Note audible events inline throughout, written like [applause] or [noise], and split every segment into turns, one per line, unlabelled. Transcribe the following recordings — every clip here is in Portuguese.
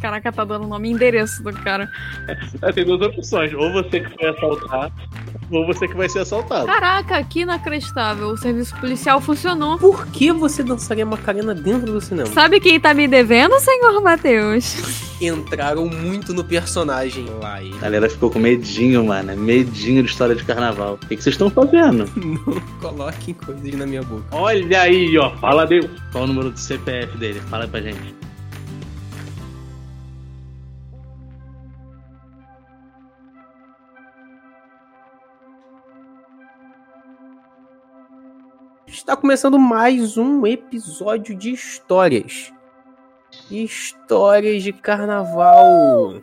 Caraca, tá dando nome e endereço do cara.
É, tem duas opções. Ou você que foi assaltado, ou você que vai ser assaltado.
Caraca, que inacreditável. O serviço policial funcionou.
Por que você dançaria Macarena dentro do cinema?
Sabe quem tá me devendo, senhor Matheus?
Entraram muito no personagem lá e
A galera ficou com medinho, mano. Medinho de história de carnaval. O que que vocês estão fazendo?
não coloquem coisas na minha boca.
Olha aí, ó. Fala deu. Qual o número do CPF dele? Fala aí pra gente.
Está começando mais um episódio de histórias. Histórias de carnaval.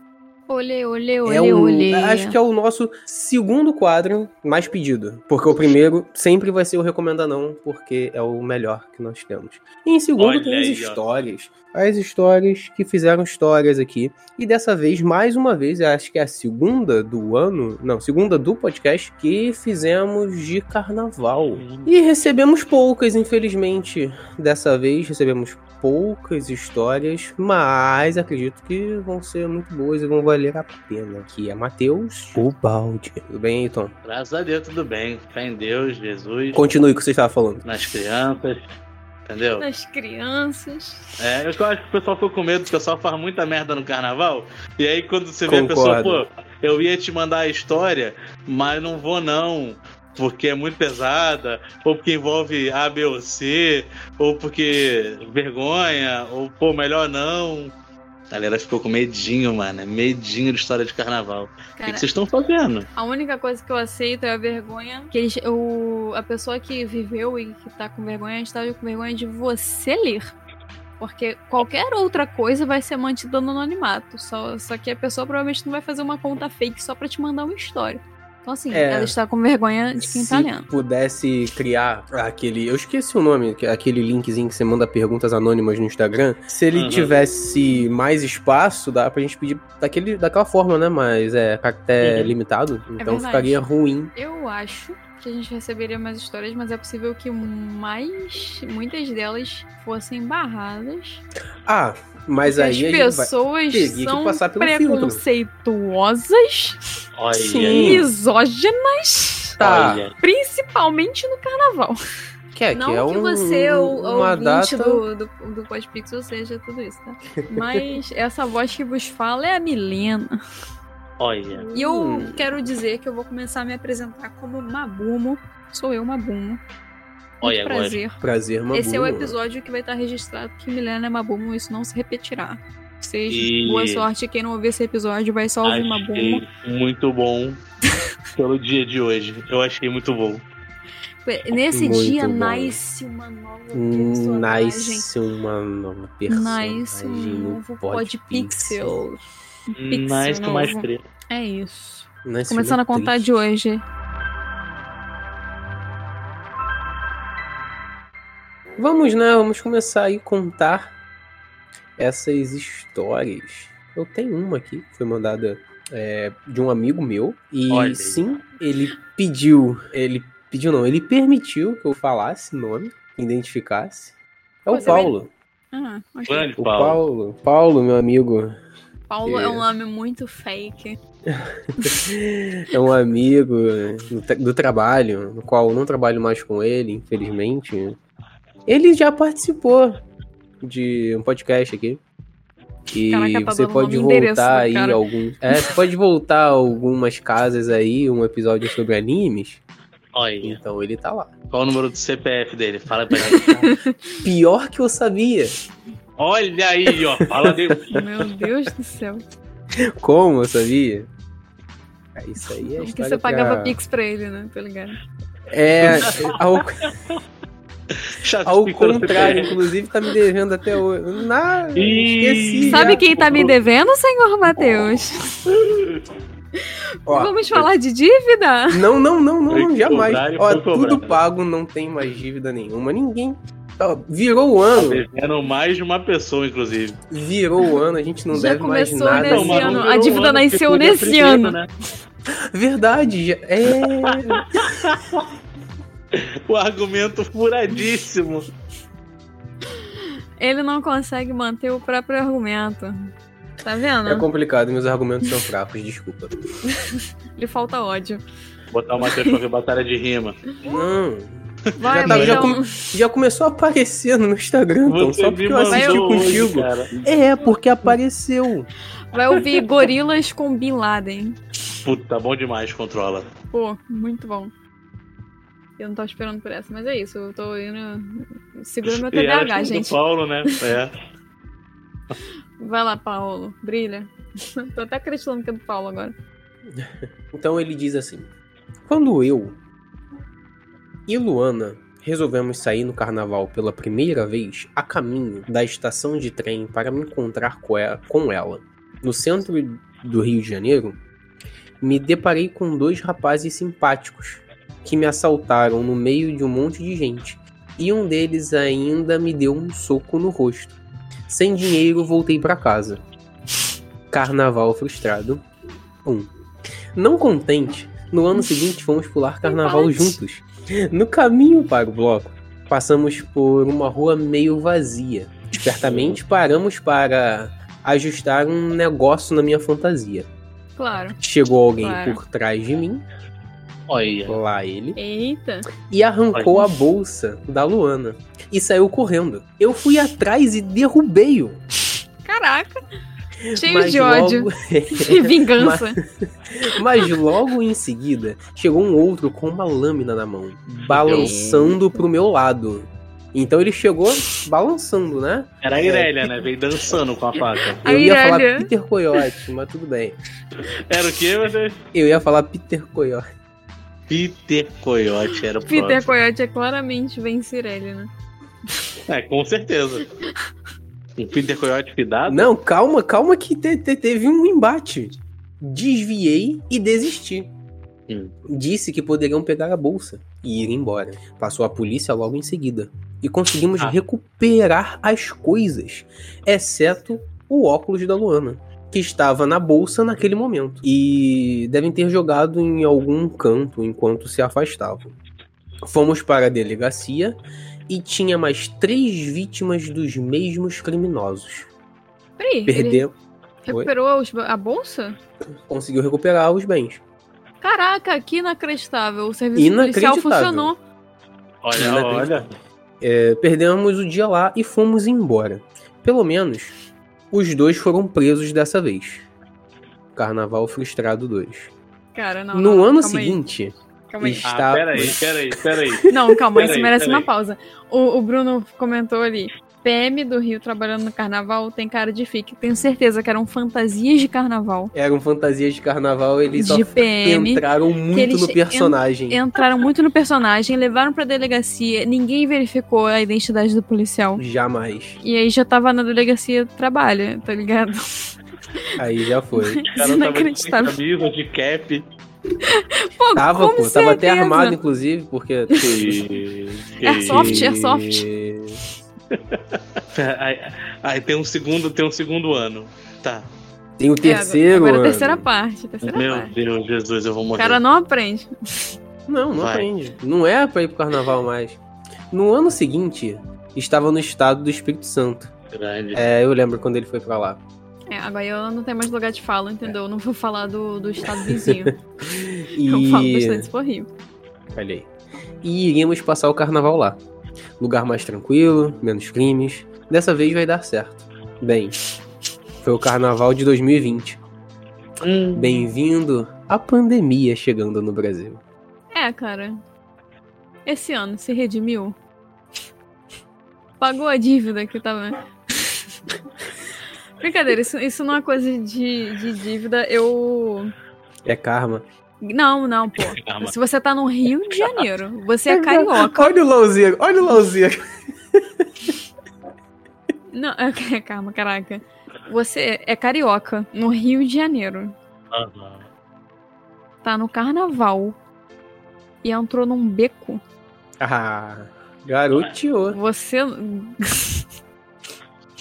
Olê, olê, olê,
é o,
olê.
Acho que é o nosso segundo quadro mais pedido. Porque o primeiro sempre vai ser o Recomenda Não, porque é o melhor que nós temos. E em segundo
Olha
tem as
aí, ó.
histórias. As histórias que fizeram histórias aqui. E dessa vez, mais uma vez, eu acho que é a segunda do ano. Não, segunda do podcast que fizemos de carnaval. E recebemos poucas, infelizmente. Dessa vez recebemos poucas histórias, mas acredito que vão ser muito boas e vão valer a pena. Que é Matheus. O balde. Tudo bem, aí, Tom?
Graças a Deus, tudo bem. Fé em Deus, Jesus,
Continue o que você estava falando.
nas crianças.
é
Entendeu?
Das crianças.
É, eu só acho que o pessoal ficou com medo, porque o pessoal faz muita merda no carnaval. E aí quando você vê a pessoa,
Concordo.
pô, eu ia te mandar a história, mas não vou não. Porque é muito pesada, ou porque envolve A, B ou C, ou porque vergonha, ou pô, melhor não. A galera ficou com medinho, mano. Medinho de história de carnaval. O que
Cara,
que vocês estão fazendo?
A única coisa que eu aceito é a vergonha. Que eles, o, a pessoa que viveu e que tá com vergonha, está com vergonha de você ler. Porque qualquer outra coisa vai ser mantida no anonimato. Só, só que a pessoa provavelmente não vai fazer uma conta fake só pra te mandar uma história. Então, assim,
É.
ela está com vergonha de quem tá
Se
lendo.
pudesse criar aquele. Eu esqueci o nome, que- é aquele linkzinho que você manda perguntas anônimas no Instagram. Se ele
Uhum.
tivesse mais espaço, dá pra gente pedir daquele, daquela forma, né? Mas é caractere
Uhum.
limitado. Então
É verdade.
ficaria ruim.
Eu acho que a gente receberia mais histórias, mas é possível que mais. muitas delas fossem barradas.
Ah, mas
Porque
aí a
as
gente vai.
pessoas
teria que
são
passar pelo filtro.
preconceituosas,
Olha
Sim.
aí.
misóginas,
Tá.
Olha.
principalmente no carnaval.
Que é,
Não
que é
que
um,
você, o, o
uma
ouvinte
data.
do, do, do Podpixel, seja tudo isso,
[laughs]
tá? Mas essa voz que vos fala é a Milena.
Olha.
E eu
Hum.
quero dizer que eu vou começar a me apresentar como Mabumo. Sou eu, Mabumo.
Olha
Muito
agora.
prazer.
Prazer, Mabu.
Esse é o episódio que vai estar registrado que Milena é Mabumo, isso não se repetirá. Seja
E-
boa sorte, quem não ouvir esse episódio vai só ouvir Mabumo.
Achei muito bom [laughs] pelo dia de hoje. Eu achei muito bom.
Nesse
Muito
dia
bom. Hum,
nasce uma nova personagem.
Um Nice, uma nova personagem
Nice, um
no
novo
Podpixel.
Podpixel. Pixel
Mas com mais
novo.
preto.
É isso.
Nice,
Começando
uma
a contar
atriz.
de hoje.
Vamos, né? Vamos começar aí a contar essas histórias. Eu tenho uma aqui, que foi mandada é, de um amigo meu. E
Olha aí.
sim, ele pediu. Ele pediu, não, ele permitiu que eu falasse nome, que identificasse. É o
Pois é, mas-
Paulo.
Ah, ok.
Grande
O
Paulo.
Paulo. Paulo, meu amigo.
Paulo é
é.
um nome muito fake.
É um amigo do, tra- do trabalho, no qual eu não trabalho mais com ele, infelizmente. Ele já participou de um podcast aqui. E
Caraca, tá
você
dando
pode
nome e endereço
voltar
do
aí
cara.
algum. É, você pode voltar a algumas casas aí, um episódio sobre animes.
Olha.
Então ele tá lá.
Qual o número do CPF dele? Fala pra gente.
Pior que eu sabia.
[laughs] Olha aí, ó. Fala dele.
Meu Deus do céu.
Como eu sabia? É isso aí. É
Porque
história
você pagava
pra...
pix pra ele, né? Tô ligado.
É, ao
Chaves
Ao
picou o
contrário,
CPF.
inclusive tá me devendo até hoje. Na...
Ih,
Esqueci.
Sabe
já.
quem tá me devendo, senhor Matheus?
Ó,
Vamos falar de dívida?
não, não, não, não,
Foi
não, jamais.
cobrado e né?
Ó,
foi
tudo
cobrado.
pago, não tem mais dívida nenhuma. Ninguém. Ó, virou o ano.
Devendo mais de uma pessoa, inclusive.
Virou o ano, a gente não
Já
deve mais
começou
nada.
nesse
mas não
ano.
virou
A dívida
ano, porque né?
nasceu
foi dia
nesse
primeiro,
ano. [laughs]
né?
Verdade, já- é.
o argumento furadíssimo.
Ele não consegue manter o próprio argumento. Tá vendo?
É complicado, meus argumentos são fracos, desculpa.
Ele falta
[laughs]
ódio.
Botar o Matheus pra ver batalha de rima.
Não.
Vai,
Já tá- já
Vitão.
Já começou a aparecer no meu Instagram, então,
Você
só
me
porque eu
mandou
assisti
hoje,
contigo.
cara.
É, porque apareceu.
Vai ouvir gorilas com Bin Laden.
Puta, bom demais, controla.
Pô, muito bom. Eu não tava esperando por essa, mas é isso. Eu tô indo. Segura meu
E era
TDAH,
tudo
gente.
Paulo, né? É.
Vai lá, Paulo. Brilha. [laughs] tô até acreditando que é do Paulo agora.
Então ele diz assim: Quando eu e Luana resolvemos sair no carnaval pela primeira vez a caminho da estação de trem para me encontrar co- com ela no centro do Rio de Janeiro, me deparei com dois rapazes simpáticos que me assaltaram no meio de um monte de gente e um deles ainda me deu um soco no rosto. Sem dinheiro, voltei para casa. Carnaval frustrado. 1. Um. Não contente, no ano seguinte fomos pular carnaval
Empate.
juntos. No caminho para o bloco, passamos por uma rua meio vazia. Espertamente paramos para ajustar um negócio na minha fantasia.
Claro.
Chegou alguém
Claro.
por trás de mim,
Olha.
lá ele,
Eita.
e arrancou a bolsa da Luana e saiu correndo. Eu fui atrás e derrubei-o.
Caraca. Cheio
mas
de ódio
[laughs] logo-
e vingança.
mas logo em seguida, chegou um outro com uma lâmina na mão, balançando pro meu lado. Então ele chegou balançando, né?
Era a Irélia, né? Veio dançando com a faca.
A
Eu ia falar
Irélia.
Peter Coyote, mas tudo bem.
Era o quê, Matheus?
Eu ia falar Peter Coyote.
Peter Coyote era o
Peter
próximo.
Coyote é claramente vencer ele, né?
É, com certeza. Um Peter Coyote fidado?
Não, calma, calma que te- te- teve um embate. Desviei e desisti.
Hum.
Disse que poderiam pegar a bolsa e ir embora. Passou a polícia logo em seguida. E conseguimos
Ah.
recuperar as coisas, exceto o óculos da Luana, que estava na bolsa naquele momento. E devem ter jogado em algum canto enquanto se afastavam. Fomos para a delegacia e tinha mais três vítimas dos mesmos criminosos.
Peraí. Ele
Perdeu,
recuperou os- a bolsa?
conseguiu recuperar os bens.
Caraca, que inacreditável. O serviço policial
Inacreditável.
funcionou.
Olha,
Não
olha.
É, perdemos o dia lá e fomos embora. Pelo menos, os dois foram presos dessa vez. Carnaval Frustrado 2.
Cara, não.
no
não,
ano
calma aí,
seguinte,
calma aí.
Ah,
Está-
peraí, peraí, peraí.
Não, calma, isso
Peraí,
merece
peraí.
uma pausa. O, o Bruno comentou ali. PM do Rio trabalhando no carnaval tem cara de fique. Tenho certeza que eram fantasias de carnaval.
eram fantasias de carnaval, eles só
de PM.
entraram muito
eles
no personagem.
Entraram muito no personagem, levaram pra delegacia, ninguém verificou a identidade do policial.
Jamais.
E aí já tava na delegacia trabalha, tá ligado? [laughs]
Aí já foi.
O cara tava de
Inacreditável.
camisa, de cap.
Pô,
Tava,
com
pô, tava até
certeza.
armado, inclusive,
[laughs]
porque.
Que- que-
Airsoft. airsoft.
Aí, aí tem um segundo, tem um segundo ano. Tá.
Tem
É,
o
agora-
terceiro.
Agora a
ano.
terceira parte, a terceira
Meu
parte.
Deus, Jesus, eu vou
O
morrer.
cara não aprende.
Não, não
Vai.
aprende. Não é pra ir pro carnaval mais. No ano seguinte, estava no estado do Espírito Santo.
Grande.
É, eu lembro quando ele foi pra lá.
É, agora eu não tenho mais lugar de fala, entendeu? Eu não vou falar do, do estado vizinho. [laughs] Eu falo
[laughs] E.
bastante por Rio.
Olha aí. E iríamos passar o carnaval lá. Lugar mais tranquilo, menos crimes. Dessa vez vai dar certo. Bem, foi o carnaval de 2020.
Hum,
Bem-vindo à pandemia chegando no Brasil.
É, cara. Esse ano se redimiu. Pagou a dívida que tava. [laughs] Brincadeira, isso, isso não é coisa de, de dívida. Eu.
É karma.
Não, não, pô.
calma.
Se você tá no Rio de Janeiro, você é carioca.
Olha o Lauzeiro, olha o Lauzeiro.
Não, é, [laughs] calma, caraca. Você é carioca no Rio de Janeiro.
Aham.
Tá no carnaval. E entrou num beco.
[laughs] Ah, garoteou. [laughs]
Você.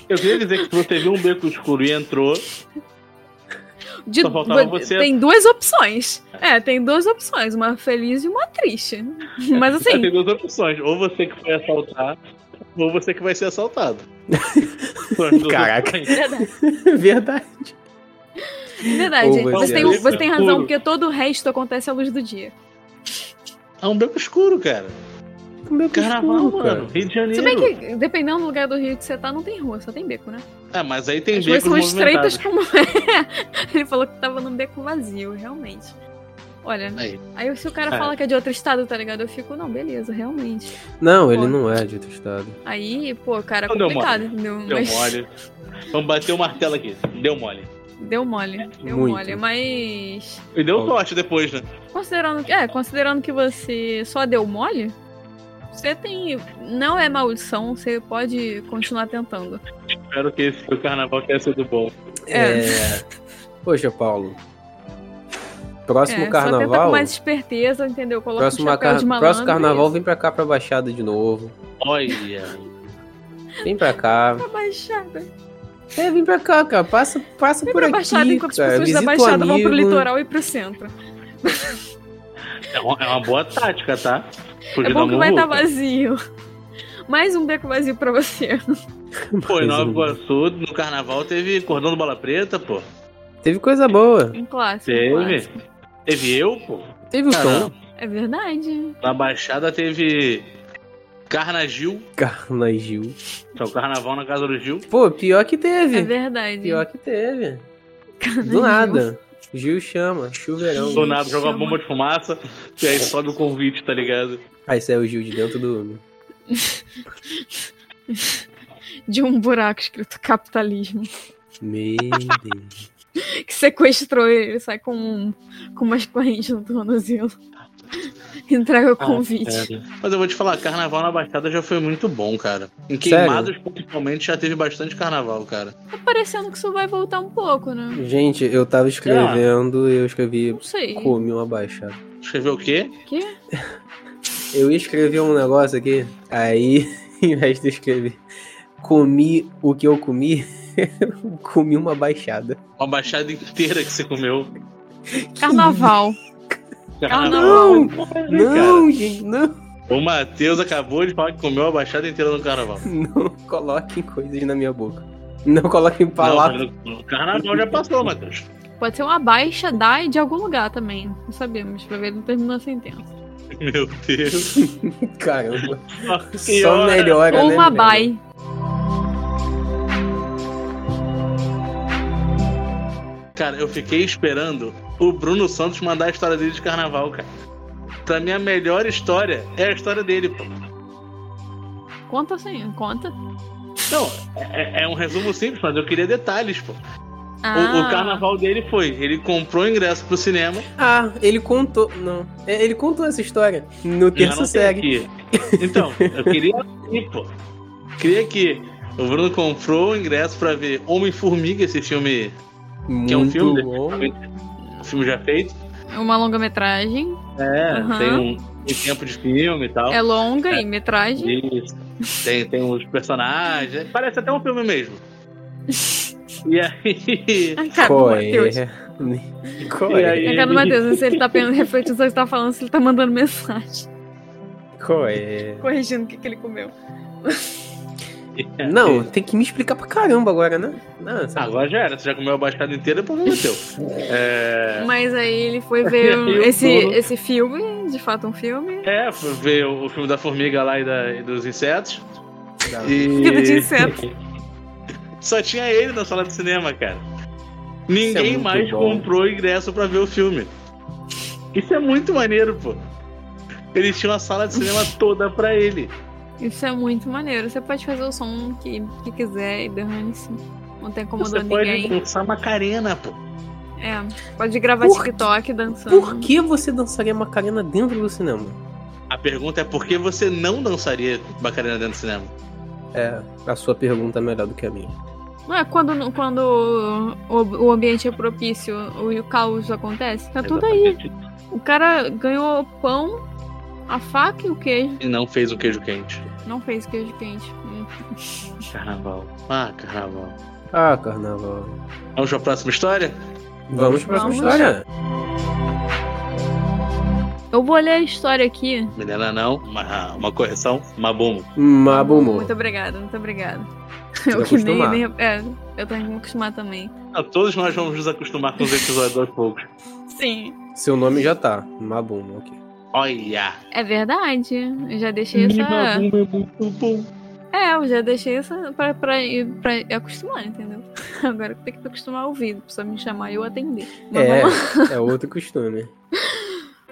Eu queria dizer que se você viu um beco escuro e entrou,
De,
Só faltava
vo-
você.
Tem duas opções. É, tem duas opções, uma feliz e uma triste. [laughs] Mas
Você
assim,
Tem duas opções. Ou você que foi assaltado, ou você que vai ser
[laughs]
assaltado.
Caraca.
verdade,
Verdade.
verdade.
Ou
Você
você
tem, um-
é
você tem razão,
escuro.
porque todo o resto acontece à luz do dia.
É um beco escuro, cara.
Como é que
Carnaval,
escuro, cara?
mano. Rio de
Se
Janeiro.
bem que, dependendo do lugar do Rio que você tá, não tem rua, só tem beco, né?
É, mas aí tem
As ruas
becos
são estreitas
movimentados.
como. [laughs] é. Ele falou que tava num beco vazio, realmente. Olha,
Aí.
aí se o cara
É.
fala que é de outro estado, tá ligado? Eu fico, não, beleza, realmente.
Não, ele
Pô.
não é de outro estado.
Aí, pô, cara, é
Não deu
complicado. Deu,
Deu mole. Vamos bater o martelo aqui. Deu mole.
Deu mole, deu
Muito.
mole. Mas.
E deu
Ó.
sorte depois, né?
Considerando que, é, considerando que você só deu mole, você tem. Não é maldição, você pode continuar tentando.
Espero que esse o carnaval tenha sido bom.
É.
Poxa, Paulo. Próximo
é, Só tenta
carnaval.
com mais esperteza, entendeu? Coloca um
Próximo,
chapéu
car...
de malandro. é
próximo carnaval,
e-
vem pra cá pra Baixada de novo.
Olha.
Vem pra cá.
Pra Baixada.
É, vem pra cá, cara. Passa, passa
Vem
por
pra
aqui.
Baixada enquanto as
cara.
pessoas
Visita
da
um
Baixada vão pro
amigo.
litoral e pro centro.
É uma, é uma boa tática, tá? Porque
É bom
não
que vai estar
multa.
vazio. [laughs] Mais um beco vazio pra você.
Pô, em Nova
Mas,
Iguaçu, no carnaval teve cordão do bola preta, pô.
Teve coisa boa.
Um clássico. um
Teve.
clássico.
Teve eu, pô.
Teve o
Caramba.
som.
É verdade.
Na Baixada teve Carnagil,
Carna Gil.
que é o carnaval na casa do Gil.
Pô, pior que
É
teve.
verdade.
pior que teve.
Caralho.
Do nada. Gil chama, chuveirão.
Do nada
Chama.
joga uma bomba de fumaça, e aí sobe o convite, tá ligado?
Aí saiu Ah, é o Gil de dentro do.
De um buraco escrito capitalismo.
Meu Deus.
Que sequestrou ele. Sai com, um- com umas correntes no tornozelo. Entrega o convite.
Mas eu vou te falar, carnaval na Baixada já foi muito bom, cara. Em
Sério?
Queimados, principalmente, já teve bastante carnaval, cara.
Tá parecendo que isso vai voltar um pouco, né?
Gente, eu tava escrevendo e eu escrevi.
Não sei.
Comi uma baixada.
Escreveu o quê?
Que?
Eu ia escrever um negócio aqui, aí, [laughs] em vez de escrever, comi o que eu comi, [laughs] eu comi uma baixada.
Uma Baixada inteira que você comeu.
Carnaval.
Carnaval.
Não, gente, não.
O Matheus acabou de falar que comeu a Baixada inteira no carnaval.
Não coloquem coisas na minha boca. Não coloquem palavras.
Não, mas o carnaval já passou, Matheus. [laughs]
Pode ser uma baixa da de algum lugar também. Não sabemos. Pra ver, não terminou a sentença.
Meu Deus.
[laughs]
[laughs]
Caramba.
Nossa
Só
Senhora.
melhora,
Ou
né,
uma
velho?
bai.
Cara, eu fiquei esperando o Bruno Santos mandar a história dele de carnaval, cara. Pra mim, a melhor história é a história dele, pô.
Conta assim, conta.
Não, é, é um resumo simples, mas eu queria detalhes, pô. O- O,
Ah.
carnaval dele foi, ele comprou o ingresso pro cinema.
Ah, ele contou. Não. É, Ele contou essa história no
já não
terço
tem
segue.
aqui. Então, eu queria assim, pô. Queria que o Bruno comprou o ingresso pra ver Homem-Formiga, esse filme,
Muito
que é um filme,
bom.
um filme já feito.
Uma longa-metragem.
É,
Aham.
tem um tem tempo de filme e tal.
É longa e metragem.
Isso. Tem, tem uns personagens. Parece até um
[laughs]
filme mesmo. E aí.
A Ah, cara do
Qual é? [laughs]
Matheus.
Qual
E
é?
aí?
A cara do Matheus, se ele tá [laughs] pensando, refletindo sobre o que tá falando, se ele tá mandando mensagem,
Qual é?
corrigindo o que, que ele comeu.
Não, tem que me explicar pra caramba agora, né? Não, sabe?
Agora já era. Você já comeu a baixada inteira, é problema
[laughs]
teu. É.
Mas aí ele foi
[laughs]
ver
E o
esse,
Bruno?
esse filme, de fato um filme,
É, fui ver o o filme da formiga lá e, da- e dos insetos.
vida [laughs] de
E
inseto.
só tinha ele na sala de cinema, cara.
é
Ninguém
muito
mais
bom.
comprou ingresso pra ver o filme. Isso é muito maneiro, pô. Ele tinha uma sala de cinema toda pra ele.
Isso é muito maneiro. Você pode fazer o som que, que quiser e dane-se. Não tá
Você
incomodando
pode
ninguém.
dançar Macarena, pô.
É, pode gravar
Por-
TikTok dançando.
Por que você dançaria Macarena dentro do cinema?
A pergunta é por que você não dançaria Macarena dentro do cinema?
É, a sua pergunta é melhor do que a minha.
Não é quando, quando o, o ambiente é propício o- e o caos acontece? Tá tudo aí.
Exatamente.
O cara ganhou o pão, a faca e o queijo.
E não fez o queijo quente.
Não fez queijo quente. Hum.
Carnaval. Ah, carnaval.
Ah, carnaval.
Vamos pra próxima história?
Vamos pra próxima
Vamos.
história.
Eu vou ler a história aqui.
Menina, não. Uma, uma correção. Mabumo.
Mabumo.
Muito obrigada, muito obrigada. [laughs]
tá
Eu que nem,
acostumado.
nem- é, eu tenho que me acostumar também.
Ah, Todos nós vamos nos acostumar com os episódios aos poucos.
Sim.
Seu nome já tá. Mabumo, ok.
Olha!
É verdade. Eu já deixei essa.
é muito bom.
É, eu já deixei essa pra, pra, ir- pra ir acostumar, entendeu? [laughs] Agora tem que me acostumar a ouvir, precisa me chamar e eu atender. Mas vamos lá.
É, é outro costume.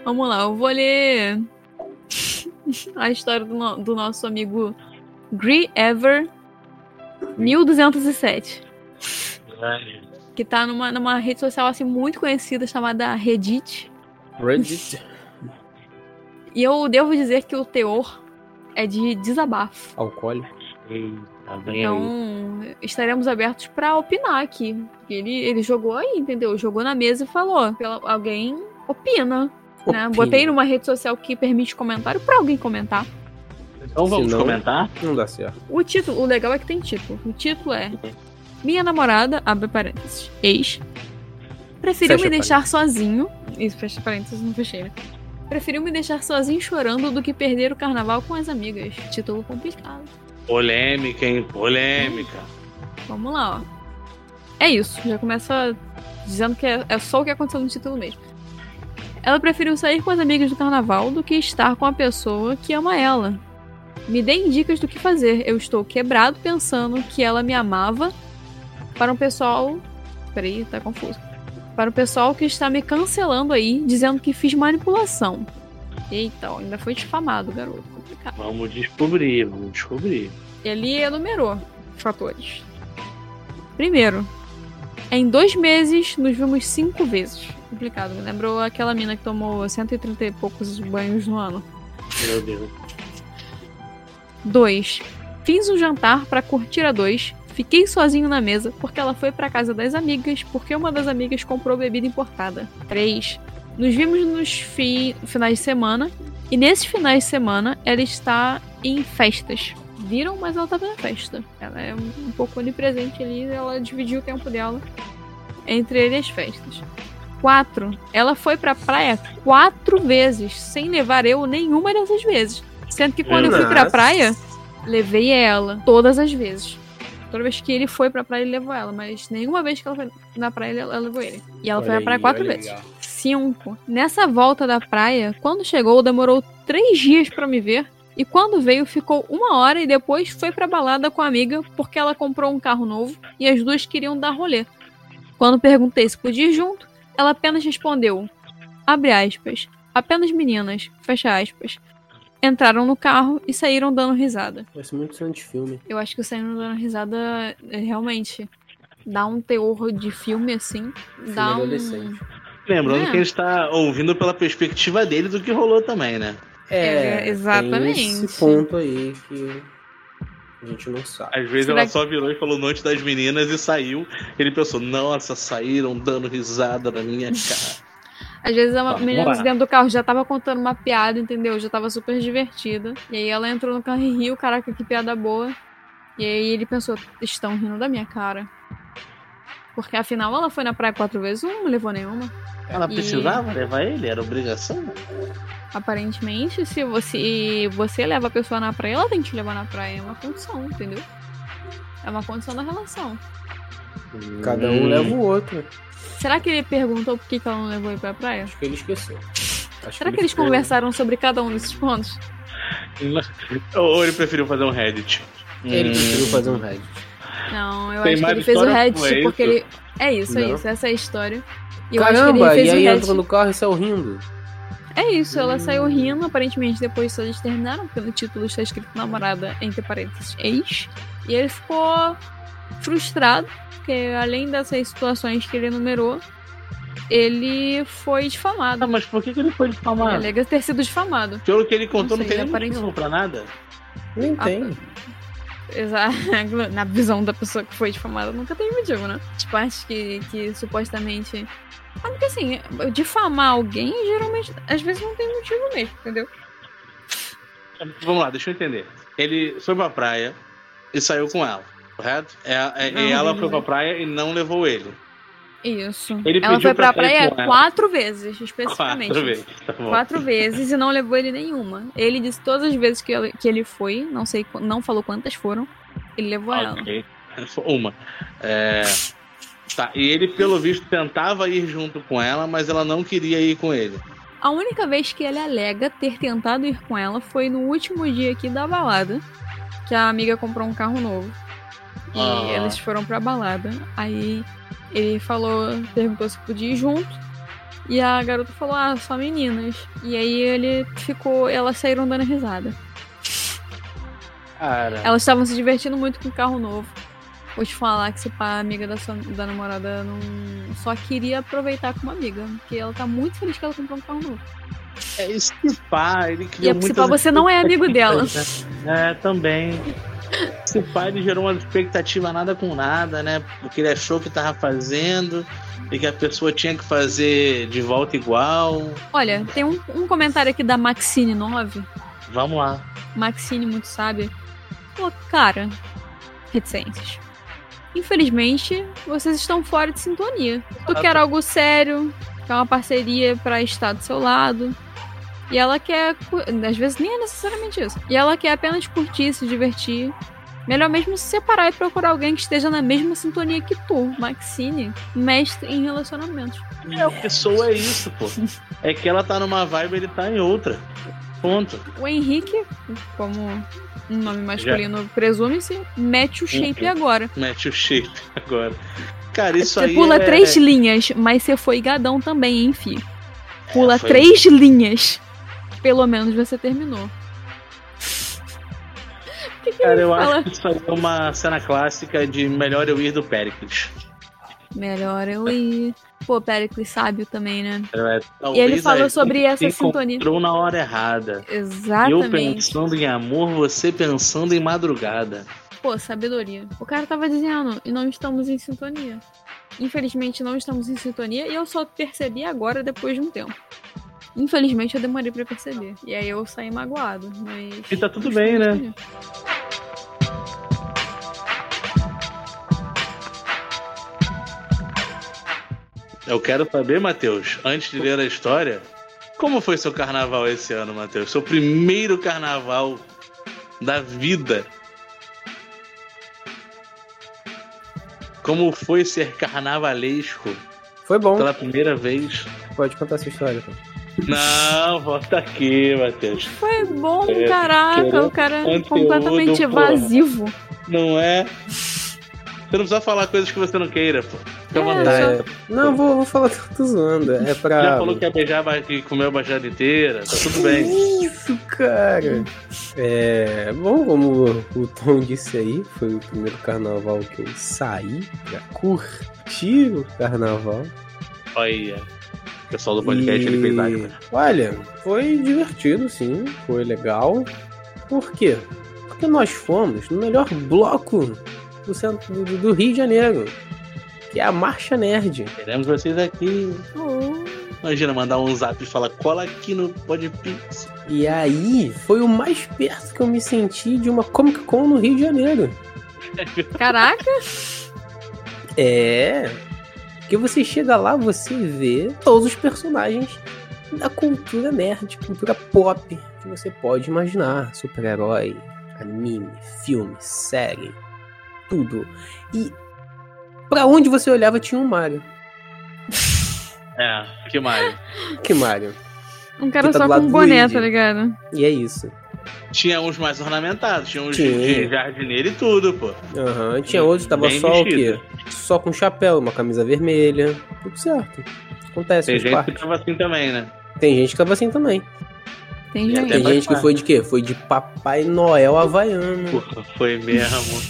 Vamos lá, eu vou ler [laughs] a história do, no- do nosso amigo Gree Ever 1207, que tá numa, numa rede social assim muito conhecida chamada Reddit.
[laughs] Reddit.
E eu devo dizer que o teor é de desabafo.
Alcoólico.
Tá
é
bem aí.
Então, estaremos abertos pra opinar aqui. Porque Ele, ele jogou aí, entendeu? Jogou na mesa e falou. Pela- alguém opina, né?
Opina.
Botei numa rede social que permite comentário pra alguém comentar.
Então vamos
Se não-
comentar?
Não dá certo.
O título, o legal é que tem título. O título é Minha namorada, abre parênteses, ex, preferiu
Fecha
me deixar sozinho. Isso, fecha parênteses, não fechei, né? Preferiu me deixar sozinho chorando do que perder o carnaval com as amigas. Título complicado.
Polêmica, hein? Polêmica.
Vamos lá, ó. É isso, já começa dizendo que é, é só o que aconteceu no título mesmo. Ela preferiu sair com as amigas do carnaval do que estar com a pessoa que ama ela. Me deem dicas do que fazer. Eu estou quebrado pensando que ela me amava para um pessoal. Peraí, tá confuso. Para o pessoal que está me cancelando aí, dizendo que fiz manipulação. Eita, ó, ainda foi difamado, garoto. Complicado
Vamos descobrir, vamos descobrir.
ele enumerou fatores. Primeiro, em dois meses nos vimos cinco vezes. Complicado, me lembrou aquela mina que tomou 130 e poucos banhos no ano.
Meu Deus.
2. Fiz um jantar pra curtir a dois. Fiquei sozinho na mesa porque ela foi pra casa das amigas porque uma das amigas comprou bebida importada. 3. Nos vimos nos fi- finais de semana e nesses finais de semana ela está em festas. Viram, mas ela tava na festa. Ela é um um pouco onipresente ali, ela dividiu o tempo dela entre ele e as festas. 4. Ela foi pra praia quatro vezes, sem levar eu nenhuma dessas vezes. Sendo que quando eu fui pra
Nossa.
praia, levei ela todas as vezes. Toda vez que ele foi pra praia, ele levou ela, mas nenhuma vez que ela foi na praia, ele- ela levou ele. E ela foi pra
Olha
praia
aí,
quatro
olha
vezes.
aí, ó.
Cinco. Nessa volta da praia, quando chegou, demorou três dias pra me ver. E quando veio, ficou uma hora e depois foi pra balada com a amiga, porque ela comprou um carro novo e as duas queriam dar rolê. Quando perguntei se podia ir junto, ela apenas respondeu: abre aspas, apenas meninas, fecha aspas. Entraram no carro e saíram dando risada.
Parece muito cena de filme.
Eu acho que o Saíram dando risada é, realmente dá um teor de filme assim.
Filme
dá um...
adolescente.
Lembrando
É.
que a gente tá ouvindo pela perspectiva dele do que rolou também, né?
É,
tem
exatamente.
esse ponto aí que a gente não sabe.
Às vezes
Será
ela
que-
só virou e falou noite das meninas e saiu. Ele pensou, nossa, saíram dando risada na minha cara.
Às vezes a
Vamos
menina
lá.
dentro do carro já tava contando uma piada, entendeu? Já tava super divertida. E aí ela entrou no carro e riu, caraca, que piada boa. E aí ele pensou, estão rindo da minha cara. Porque afinal ela foi na praia quatro vezes, não levou nenhuma.
Ela
E-
precisava levar ele? Era obrigação?
Aparentemente, se você, você leva a pessoa na praia, ela tem que te levar na praia. É uma condição, entendeu? É uma condição da relação.
Cada um
Hum.
leva o outro.
Será que ele perguntou por que, que ela não levou ele pra praia?
Acho que ele esqueceu. Acho
Será que
ele
eles
ficou-
conversaram sobre cada um desses pontos?
[laughs] Ou ele preferiu fazer um Reddit?
Ele
Hum.
preferiu fazer um Reddit.
Não, eu
Tem
acho que
mais
ele fez o
história?
Reddit
Não é
porque
isso?
ele. É isso, é
Não.
isso, essa é a história. E eu acho que ele
Caramba,
fez um
e aí
o Reddit.
entra no carro e saiu rindo.
É isso, ela
Hum.
saiu rindo, aparentemente depois só eles terminaram, porque no título está escrito namorada, entre parênteses, ex. E ele ficou frustrado, porque além dessas situações que ele enumerou, ele foi difamado.
Ah, mas por que, que ele foi
Ah.
Ele
difamado?
alega ter sido difamado.
Pelo que ele contou,
Não
não,
sei,
tem nem
aparente-
motivo pra nada.
Nem
Ah,
tem.
[laughs] Exato. Na visão da pessoa que foi difamada, nunca teve motivo, né? Tipo, acho que, que supostamente. Ah, porque assim, difamar alguém geralmente, às vezes, não tem motivo mesmo, entendeu?
Vamos lá, deixa eu entender. Ele foi pra praia e saiu com ela, correto? É- é-
Não,
e ela
não
foi pra
é.
praia e não levou ele.
Isso.
Ele
Ela
pediu
foi pra,
pra sair
praia
com ela.
quatro vezes, especificamente.
Quatro vezes, tá bom.
Quatro vezes e não levou ele nenhuma. Ele disse todas as vezes que ele, que ele foi, não sei, qu- não falou quantas foram, ele levou ela.
Ok. [laughs] Uma. É, Tá, e ele, pelo visto, tentava ir junto com ela, mas ela não queria ir com ele.
A única vez que ele alega ter tentado ir com ela foi no último dia aqui da balada, que a amiga comprou um carro novo. E
Ah.
eles foram pra balada. Aí ele falou, perguntou se podia ir junto. E a garota falou, ah, só meninas. E aí ele ficou, elas saíram dando risada.
Cara.
Elas estavam se divertindo muito com o carro novo. Vou te falar que se pá, a amiga da, sua, da namorada não só queria aproveitar como amiga. Porque ela tá muito feliz que ela comprou um carro novo.
É isso que pá, ele
E
criou
a principal,
muitas
você não é amigo dela.
expectativas, né? É, também. Esse pai ele gerou uma expectativa nada com nada, né? Porque ele achou que tava fazendo e que a pessoa tinha que fazer de volta igual.
Olha, tem um, um comentário aqui da Maxine 9.
Vamos lá.
Maxine, muito sábia. Pô, cara, reticências. Infelizmente, vocês estão fora de sintonia. Tu
Exato.
quer algo sério, quer uma parceria pra estar do seu lado. E ela quer. cu- Às vezes nem é necessariamente isso. E ela quer apenas curtir, se divertir. Melhor mesmo se separar e procurar alguém que esteja na mesma sintonia que tu, Maxine, mestre em relacionamentos.
É, a pessoa é isso, pô. É que ela tá numa vibe, ele tá em outra. Ponto.
O Henrique, como um nome masculino, presume-se, mete o shape agora.
Mete o shape [laughs] agora. Cara, Uhum. isso
Você
aí.
pula
é-
três linhas, mas você foi gadão também, hein, fi? Pula
É, foi-
três linhas. Pelo menos você terminou. Por [laughs] que é? que
Cara,
ele
eu
fala?
acho que isso aí é uma cena clássica de melhor eu ir do Pericles.
Melhor eu ir. Pô, Pericles sábio também, né?
É,
E ele
talvez
falou
a
sobre
gente
essa
se
sintonia.
Encontrou na hora errada. Eu
Exatamente.
pensando em amor, você pensando em madrugada.
Pô, sabedoria. O cara tava dizendo, e não estamos em sintonia. Infelizmente, não estamos em sintonia e eu só percebi agora depois de um tempo. Infelizmente, eu demorei pra perceber. E aí eu saí magoado, mas.
E tá tudo bem, né? Eu quero saber, Matheus, antes de ler a história, como foi seu carnaval esse ano, Matheus? Seu primeiro carnaval da vida. Como foi ser carnavalesco
Foi bom.
pela primeira vez?
Pode contar essa história. Então.
Não, volta aqui, Matheus.
Foi bom,
É,
caraca. O cara é
conteúdo,
completamente
porra.
evasivo.
Não é? Você não precisa falar coisas que você não queira, pô. Fica à
É,
vontade.
eu
Tá. Não, vou, vou falar [laughs] tô zoando. É pra.
Já
[laughs]
falou que ia beijar, a ba- que comeu a baixada inteira, tá tudo bem.
[laughs] Isso, cara! É. Bom, como o Tom disse aí, foi o primeiro carnaval que eu saí pra curtir o carnaval.
Olha, o pessoal do podcast, ele fez
E,
água.
Olha, foi divertido, sim. Foi legal. Por quê? Porque nós fomos no melhor bloco do, centro, do, do Rio de Janeiro, que é a Marcha Nerd.
Queremos vocês aqui.
Oh,
Imagina mandar um zap e falar, cola aqui no Podpix.
E aí foi o mais perto que eu me senti de uma Comic Con no Rio de Janeiro.
Caraca,
É. Porque você chega lá, você vê todos os personagens da cultura nerd, cultura pop que você pode imaginar. Super-herói, anime, filme, série, tudo. E pra onde você olhava tinha um Mario.
É, que mais?
Que Mario?
um cara
Tá do
só com
lado
um
do
boné,
Luigi.
tá ligado?
E é isso.
tinha uns mais ornamentados, tinha uns
Sim.
de jardineiro e tudo, pô.
Aham. Tinha outro, que tava
Bem
só
vestido.
o quê? Só com chapéu, uma camisa vermelha. Tudo certo. Acontece,
Tem gente
faz
que
parte.
tava assim também, né?
Tem gente que tava assim também.
Tem
E até
gente.
Tem
faz
gente que
parte.
foi de quê? Foi de Papai Noel Havaiano.
Porra, foi mesmo.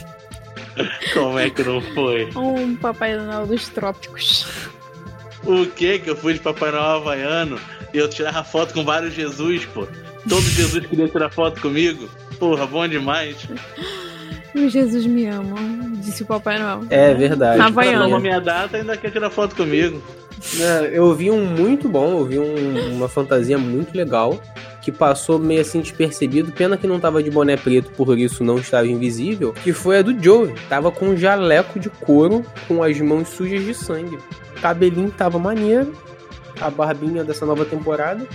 Como é que não foi?
Um Papai Noel dos Trópicos.
O que que eu fui de Papai Noel Havaiano e eu tirava foto com vários Jesus, pô. Todo Jesus queria tirar foto comigo. Porra, bom demais.
O Jesus me ama, disse o Papai Noel.
É verdade.
Havaiano.
Não, a minha data ainda quer tirar foto comigo.
É, Eu vi um muito bom, eu vi um- uma fantasia muito legal. que passou meio assim despercebido, pena que não tava de boné preto, por isso não estava invisível, que foi a do Joe. Tava com um jaleco de couro com as mãos sujas de sangue. O cabelinho tava maneiro, a barbinha dessa nova temporada.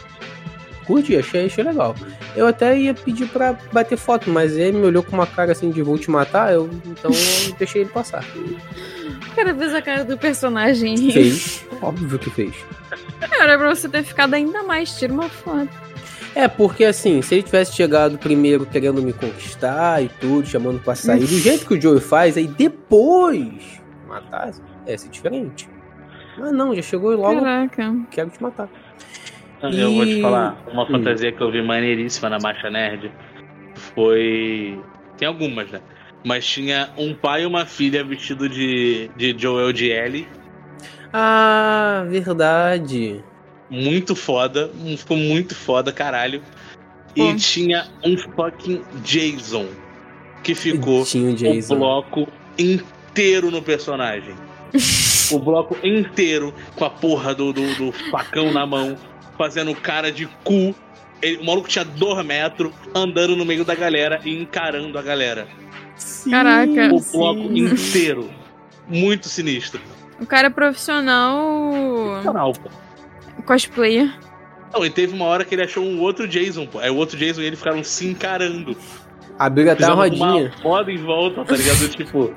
Curti, achei, achei legal. Eu até ia pedir pra bater foto, mas ele me olhou com uma cara assim de vou te matar, eu então eu deixei ele passar.
Cara, vez a cara do personagem.
Fez, óbvio que fez.
Era pra você ter ficado ainda mais, tira uma foto.
É, porque assim, se ele tivesse chegado primeiro querendo me conquistar e tudo, chamando pra sair, do jeito que o Joey faz, aí depois matasse, ia ser diferente. Mas não, já chegou e logo,
Caraca.
quero te matar.
Eu vou te
E-
falar, uma
Hum.
fantasia que eu vi maneiríssima na Marcha Nerd foi. Tem algumas, né? Mas tinha um pai e uma filha vestido de, de Joel de Ellie.
Ah, verdade.
Muito foda. um- Ficou muito foda, caralho. E
Bom.
tinha um fucking Jason que ficou
Tinha o Jason.
o bloco inteiro no personagem. o bloco inteiro com a porra do, do, do facão na mão, fazendo cara de cu. Ele- o maluco tinha dois metros andando no meio da galera e encarando a galera.
Sim,
Caraca.
O
sim.
bloco inteiro. Muito sinistro.
O cara é profissional
Canal, pô.
cosplayer.
Não, e teve uma hora que ele achou um outro Jason, pô. Aí o outro Jason e ele ficaram se encarando.
A briga tá
Fizeram
rodinha.
uma roda em volta, tá
[laughs]
ligado? tipo.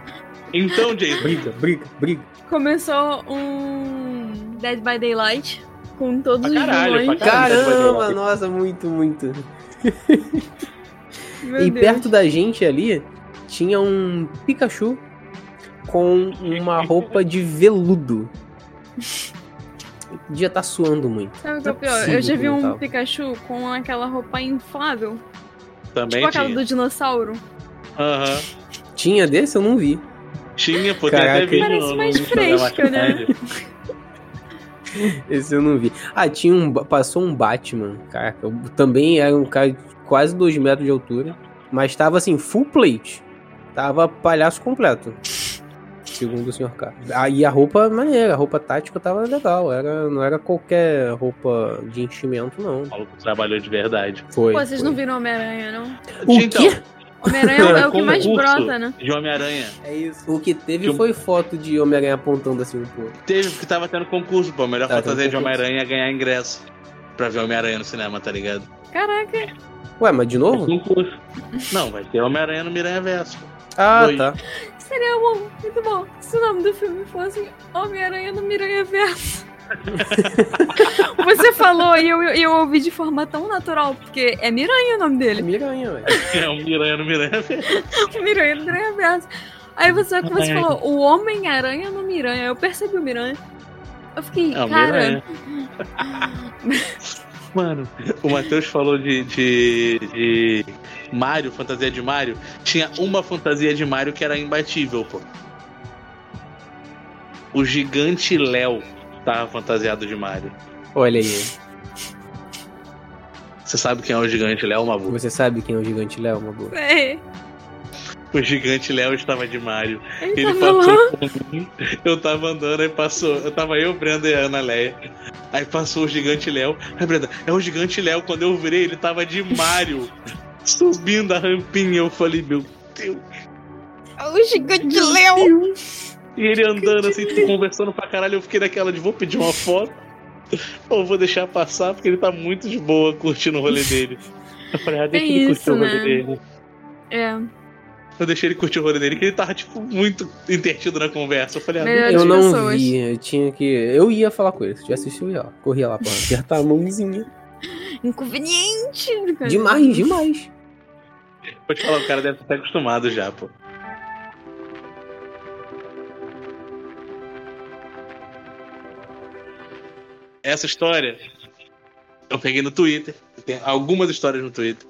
Então, Jason,
Briga, briga, briga.
Começou um Dead by Daylight com todos
Pra
os
caralho,
vilões.
pra Caralho,
Caramba, nossa, muito, muito.
Meu
e
Deus.
perto da gente ali tinha um Pikachu com uma roupa de veludo. [laughs] Devia tá suando muito.
Sabe o que é o
Não é
pior? Eu já vi
possível,
um
Gustavo.
Pikachu com aquela roupa inflável.
também
Tipo aquela
tinha.
do dinossauro.
Aham.
Tinha desse? Eu não vi.
Tinha, pô, tem
Caraca.
até vídeo
Parece
no-
mais
no
fresco,
Instagram,
né?
Martinelli.
Esse eu não vi. Ah, tinha um. ba- Passou um Batman. Caraca, eu- também era um cara de quase 2 metros de altura. Mas tava assim, full plate. Tava palhaço completo. [laughs] Segundo o senhor K. Aí a roupa maneira, a roupa tática tava legal. Era, não era qualquer roupa de enchimento, não.
O maluco trabalhou de verdade.
Foi.
Pô, vocês
foi.
não viram Homem-Aranha, não?
O quê?
Homem-Aranha é
[laughs]
o que
Concurso
mais brota, né?
De Homem-Aranha.
É isso. O que teve
Que um-
foi foto de Homem-Aranha apontando assim um pouco.
Teve, porque tava tendo concurso, pô. A melhor
Tá,
fantasia
tendo
de
concurso.
Homem-Aranha é ganhar ingresso. Pra ver Homem-Aranha no cinema, tá ligado?
Caraca,
Ué, mas de novo?
Concurso. Não, vai ter Homem-Aranha no Miranha Verso.
Ah,
Dois.
tá.
seria bom, muito bom. Se o nome do filme fosse Homem-Aranha no Miranha Verso. Você falou e eu, eu ouvi de forma tão natural, porque é Miranha o nome
É
dele.
Miranha, velho.
[laughs] É o Miranha no Miranha Verso.
Miranha no Miranha Verso. Aí você, que você
Homem-Aranha.
falou o Homem-Aranha no Miranha. Eu percebi o Miranha. Eu fiquei,
É o né?
cara,
Miranha. [laughs] Mano, o Matheus falou de, de, de Mario, fantasia de Mario. Tinha uma fantasia de Mario que era imbatível, pô. O gigante Léo tava fantasiado de Mario.
Olha aí.
Você sabe quem é o gigante Léo, Mabu?
Você sabe quem é o gigante Léo, uma boa?
é,
O gigante Léo estava de Mario.
ele [laughs]
Ele
tá falando.
passou por mim. Eu tava andando, aí passou. Eu tava eu, Brenda e a Ana Leia. Aí passou o gigante Léo. Aí, Brenda, é o gigante Léo. Quando eu virei, ele tava de
[laughs]
Mario. subindo a rampinha. Eu falei, meu Deus.
O gigante Léo.
E ele andando assim, tipo, conversando pra caralho. Eu fiquei naquela de vou pedir uma foto. Ou vou deixar passar, porque ele tá muito de boa curtindo o rolê dele. Eu falei, ah, deixa
Tem
ele curtir
isso,
o rolê
né?
dele.
É,
Eu deixei ele curtir o rolê dele, que ele tava, tipo, muito intertido na conversa. Eu falei, ah,
Melhor
deixa
Eu
de
não
pessoas.
vi, eu tinha que. Eu ia falar com ele. Se tivesse assistido, eu ia lá. Corria lá pra apertar a mãozinha.
inconveniente. cara.
Demais, demais.
Vou te falar, o cara deve estar acostumado já, pô. Essa história eu peguei no Twitter. Tem algumas histórias
[laughs]
no Twitter.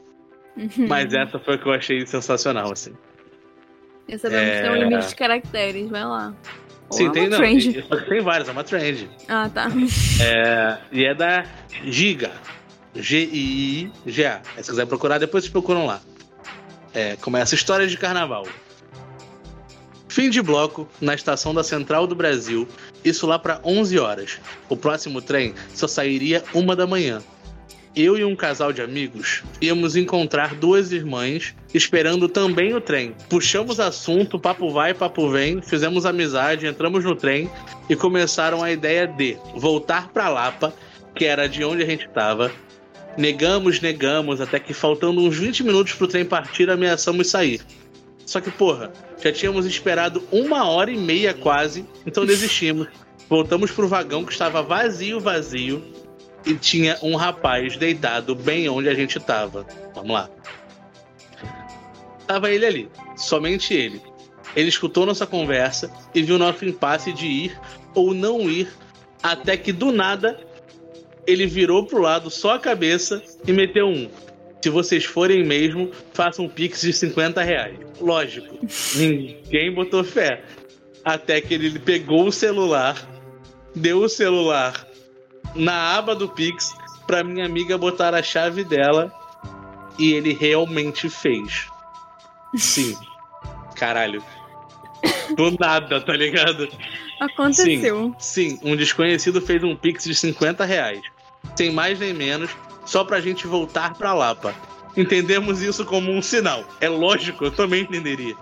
Uhum.
Mas essa foi a que eu achei sensacional, assim.
Já sabemos que tem um
É.
limite de caracteres, vai lá. Ou é
Sim,
uma
tem, não,
trend.
e- só que tem várias, é uma trend.
Ah, tá.
É, e é da Giga. G-I-I-G-A. É, Se quiser procurar, depois vocês procuram lá. É, começa História de Carnaval. Fim de bloco na estação da Central do Brasil, isso lá para 11 horas. O próximo trem só sairia uma da manhã. eu e um casal de amigos íamos encontrar duas irmãs esperando também o trem. Puxamos assunto, papo vai, papo vem, fizemos amizade, entramos no trem e começaram a ideia de voltar para Lapa, que era de onde a gente estava. Negamos, negamos, até que faltando uns 20 minutos pro trem partir, ameaçamos sair. Só que, porra, já tínhamos esperado uma hora e meia quase, então desistimos. Voltamos pro vagão que estava vazio, vazio, e tinha um rapaz deitado bem onde a gente tava. Vamos lá. Tava ele ali, somente ele. Ele escutou nossa conversa e viu nosso impasse de ir ou não ir, até que do nada ele virou pro lado só a cabeça e meteu um. Se vocês forem mesmo, façam um pix de 50 reais. Lógico, ninguém botou fé. Até que ele pegou o celular, deu o celular na aba do Pix pra minha amiga botar a chave dela e ele realmente fez. Sim. Caralho. Do nada, tá ligado?
Aconteceu.
Sim, um desconhecido fez um Pix de 50 reais. Sem mais nem menos, só pra gente voltar pra Lapa. Entendemos isso como um sinal. É lógico, eu também entenderia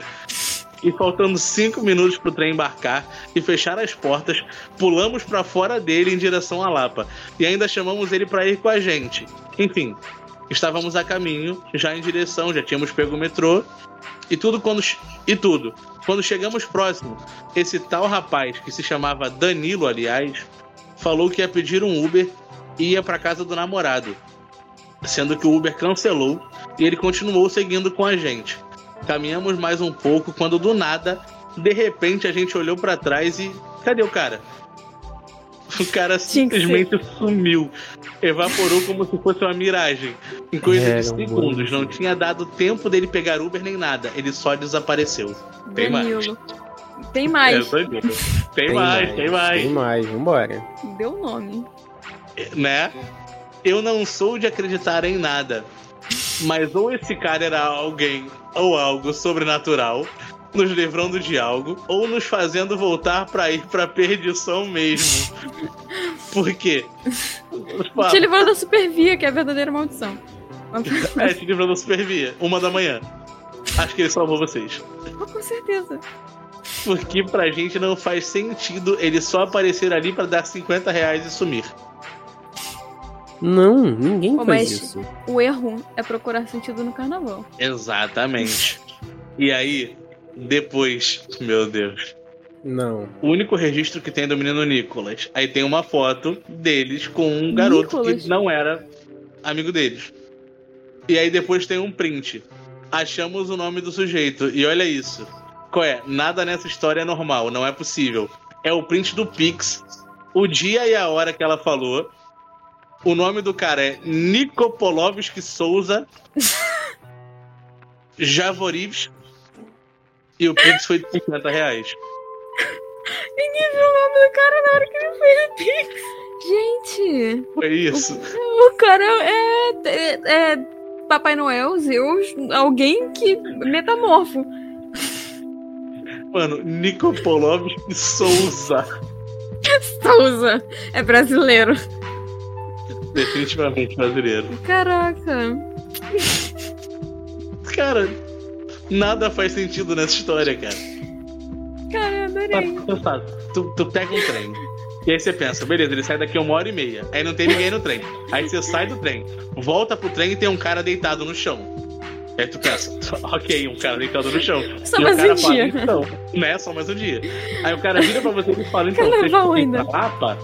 e faltando cinco minutos pro trem embarcar e fechar as portas, pulamos para fora dele em direção à Lapa e ainda chamamos ele para ir com a gente. Enfim, estávamos a caminho, já em direção, já tínhamos pego o metrô e tudo quando e tudo. Quando chegamos próximo, esse tal rapaz que se chamava Danilo, aliás, falou que ia pedir um Uber e ia para casa do namorado. Sendo que o Uber cancelou e ele continuou seguindo com a gente. Caminhamos mais um pouco quando do nada, de repente a gente olhou para trás e cadê o cara? O cara simplesmente sumiu, evaporou como se fosse uma miragem. Em coisa
Era
de
um
segundos,
bonito.
não tinha dado tempo dele pegar Uber nem nada, ele só desapareceu. Tem mais.
Danilo. Tem mais.
É, doido. tem, mais, tem mais,
Tem mais, vambora.
É.
Deu um nome.
né? Eu não sou de acreditar em nada, mas ou esse cara era alguém ou algo sobrenatural, nos livrando de algo, ou nos fazendo voltar pra ir pra perdição mesmo. Por quê? Fala,
Te livrou da supervia, que é a verdadeira maldição. Mas-
é, te livrando da supervia, uma da manhã. Acho que ele salvou vocês.
Ah, Com certeza.
Porque pra gente não faz sentido ele só aparecer ali pra dar 50 reais e sumir.
Não, ninguém
Ô,
faz
mas-
isso.
O erro é procurar sentido no carnaval.
Exatamente. E aí, depois, meu Deus.
Não.
O único registro que tem é do menino Nicolas. Aí tem uma foto deles com um garoto
Nicolas?
que não era amigo deles. E aí depois tem um print. Achamos o nome do sujeito. E olha isso. Qual é? Nada nessa história é normal, não é possível. É o print do Pix, o dia e a hora que ela falou. O nome do cara é Nikopolovski Souza Javorivs. E o Pix foi de 50 reais.
Ninguém viu o nome do cara na hora que ele fez o Pix. Gente,
Foi isso.
o cara é, é- é Papai Noel, Zeus, alguém que. metamorfo.
Mano, Nikopolovski Souza.
Souza é brasileiro.
Definitivamente brasileiro.
Caraca.
Cara, nada faz sentido nessa história, cara.
Cara, eu
Tá
adorei.
pensado. Tu, tu pega um trem. E aí você pensa, beleza, ele sai daqui uma hora e meia. Aí não tem ninguém no trem. Aí você sai do trem, volta pro trem e tem um cara deitado no chão. Aí tu pensa, [laughs] ok, um cara deitado no chão.
Só
E o
mais
cara
um
fala,
dia.
Então, né? Só mais um dia. Aí o cara vira pra você e
[laughs]
fala, então, você
Carnaval
que
um ainda.
tem tapa,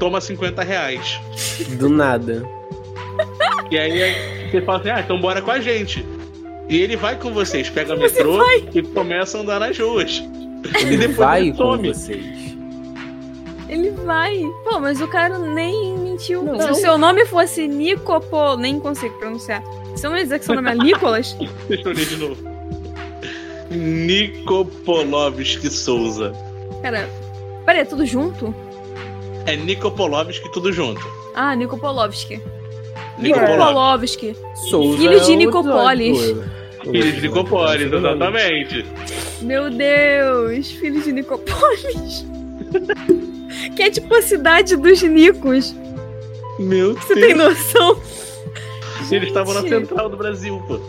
toma 50 reais.
Do nada.
E aí você fala assim, ah, então bora com a gente. E ele vai com vocês, pega
Você
metrô e começa a andar nas ruas. E
Ele
depois
vai
ele
com
some.
vocês.
Ele vai. Pô, mas o cara nem mentiu.
Não.
Se o seu nome fosse Nicopo, nem consigo pronunciar. Se eu não dizer que seu nome é
[laughs]
Nicolas,
Deixa eu ler de novo. Nikopolovski Souza.
cara. Peraí, é tudo junto?
É Nikopolovski tudo junto.
Ah, Nikopolovski.
Nikopolovski.
Nikopolovski.
Souza
Filho de
é o
Nicopolis.
Eduardo.
Filho de Nicopolis, exatamente.
Meu Deus, filho de Nicopolis. [laughs] que é tipo a cidade dos Nicos.
Meu
Você tem noção?
E eles estavam na central do Brasil, pô.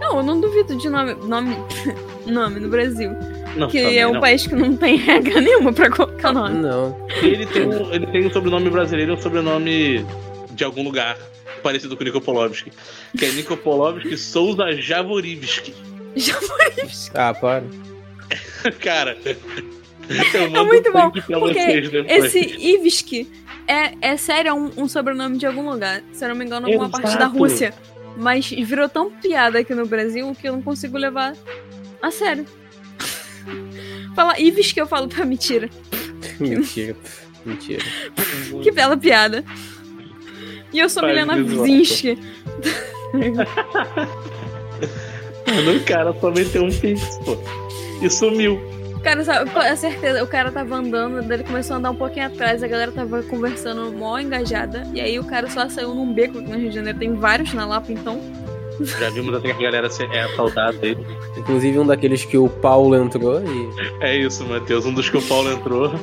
Não, eu não duvido de nome. Nome, [laughs] nome no Brasil.
Não,
que
também
é um
não.
país que não tem regra nenhuma pra colocar nome.
[laughs]
Não.
Ele tem, um, ele tem um sobrenome brasileiro e um sobrenome de algum lugar, parecido com o Nikopolovski. Que é Nikopolovski Souza Javorivski.
Já
Ah, para.
[laughs]
Cara, eu mando
É muito
um
bom,
link pra
porque
vocês depois.
Esse
[laughs]
Ivski é, é sério um, um sobrenome de algum lugar. Se eu não me engano, alguma parte da
Exato.
Rússia. Mas virou tão piada aqui no Brasil que eu não consigo levar a sério. [laughs] Fala Ivski, eu falo pra mentira.
Mentira. pff, Mentira.
Que bela piada. E eu sou
Faz
Milena
visual.
Vinski.
Mano, o cara só meteu um pix, pô. E sumiu.
Cara, sabe, com a certeza, o cara tava andando, daí ele começou a andar um pouquinho atrás, a galera tava conversando mó engajada, e aí o cara só saiu num beco aqui no Rio de Janeiro, tem vários na Lapa, então.
Já vimos até que a galera se- é assaltada aí.
Inclusive um daqueles que o Paulo entrou e.
É isso, Matheus. Um dos que o Paulo entrou.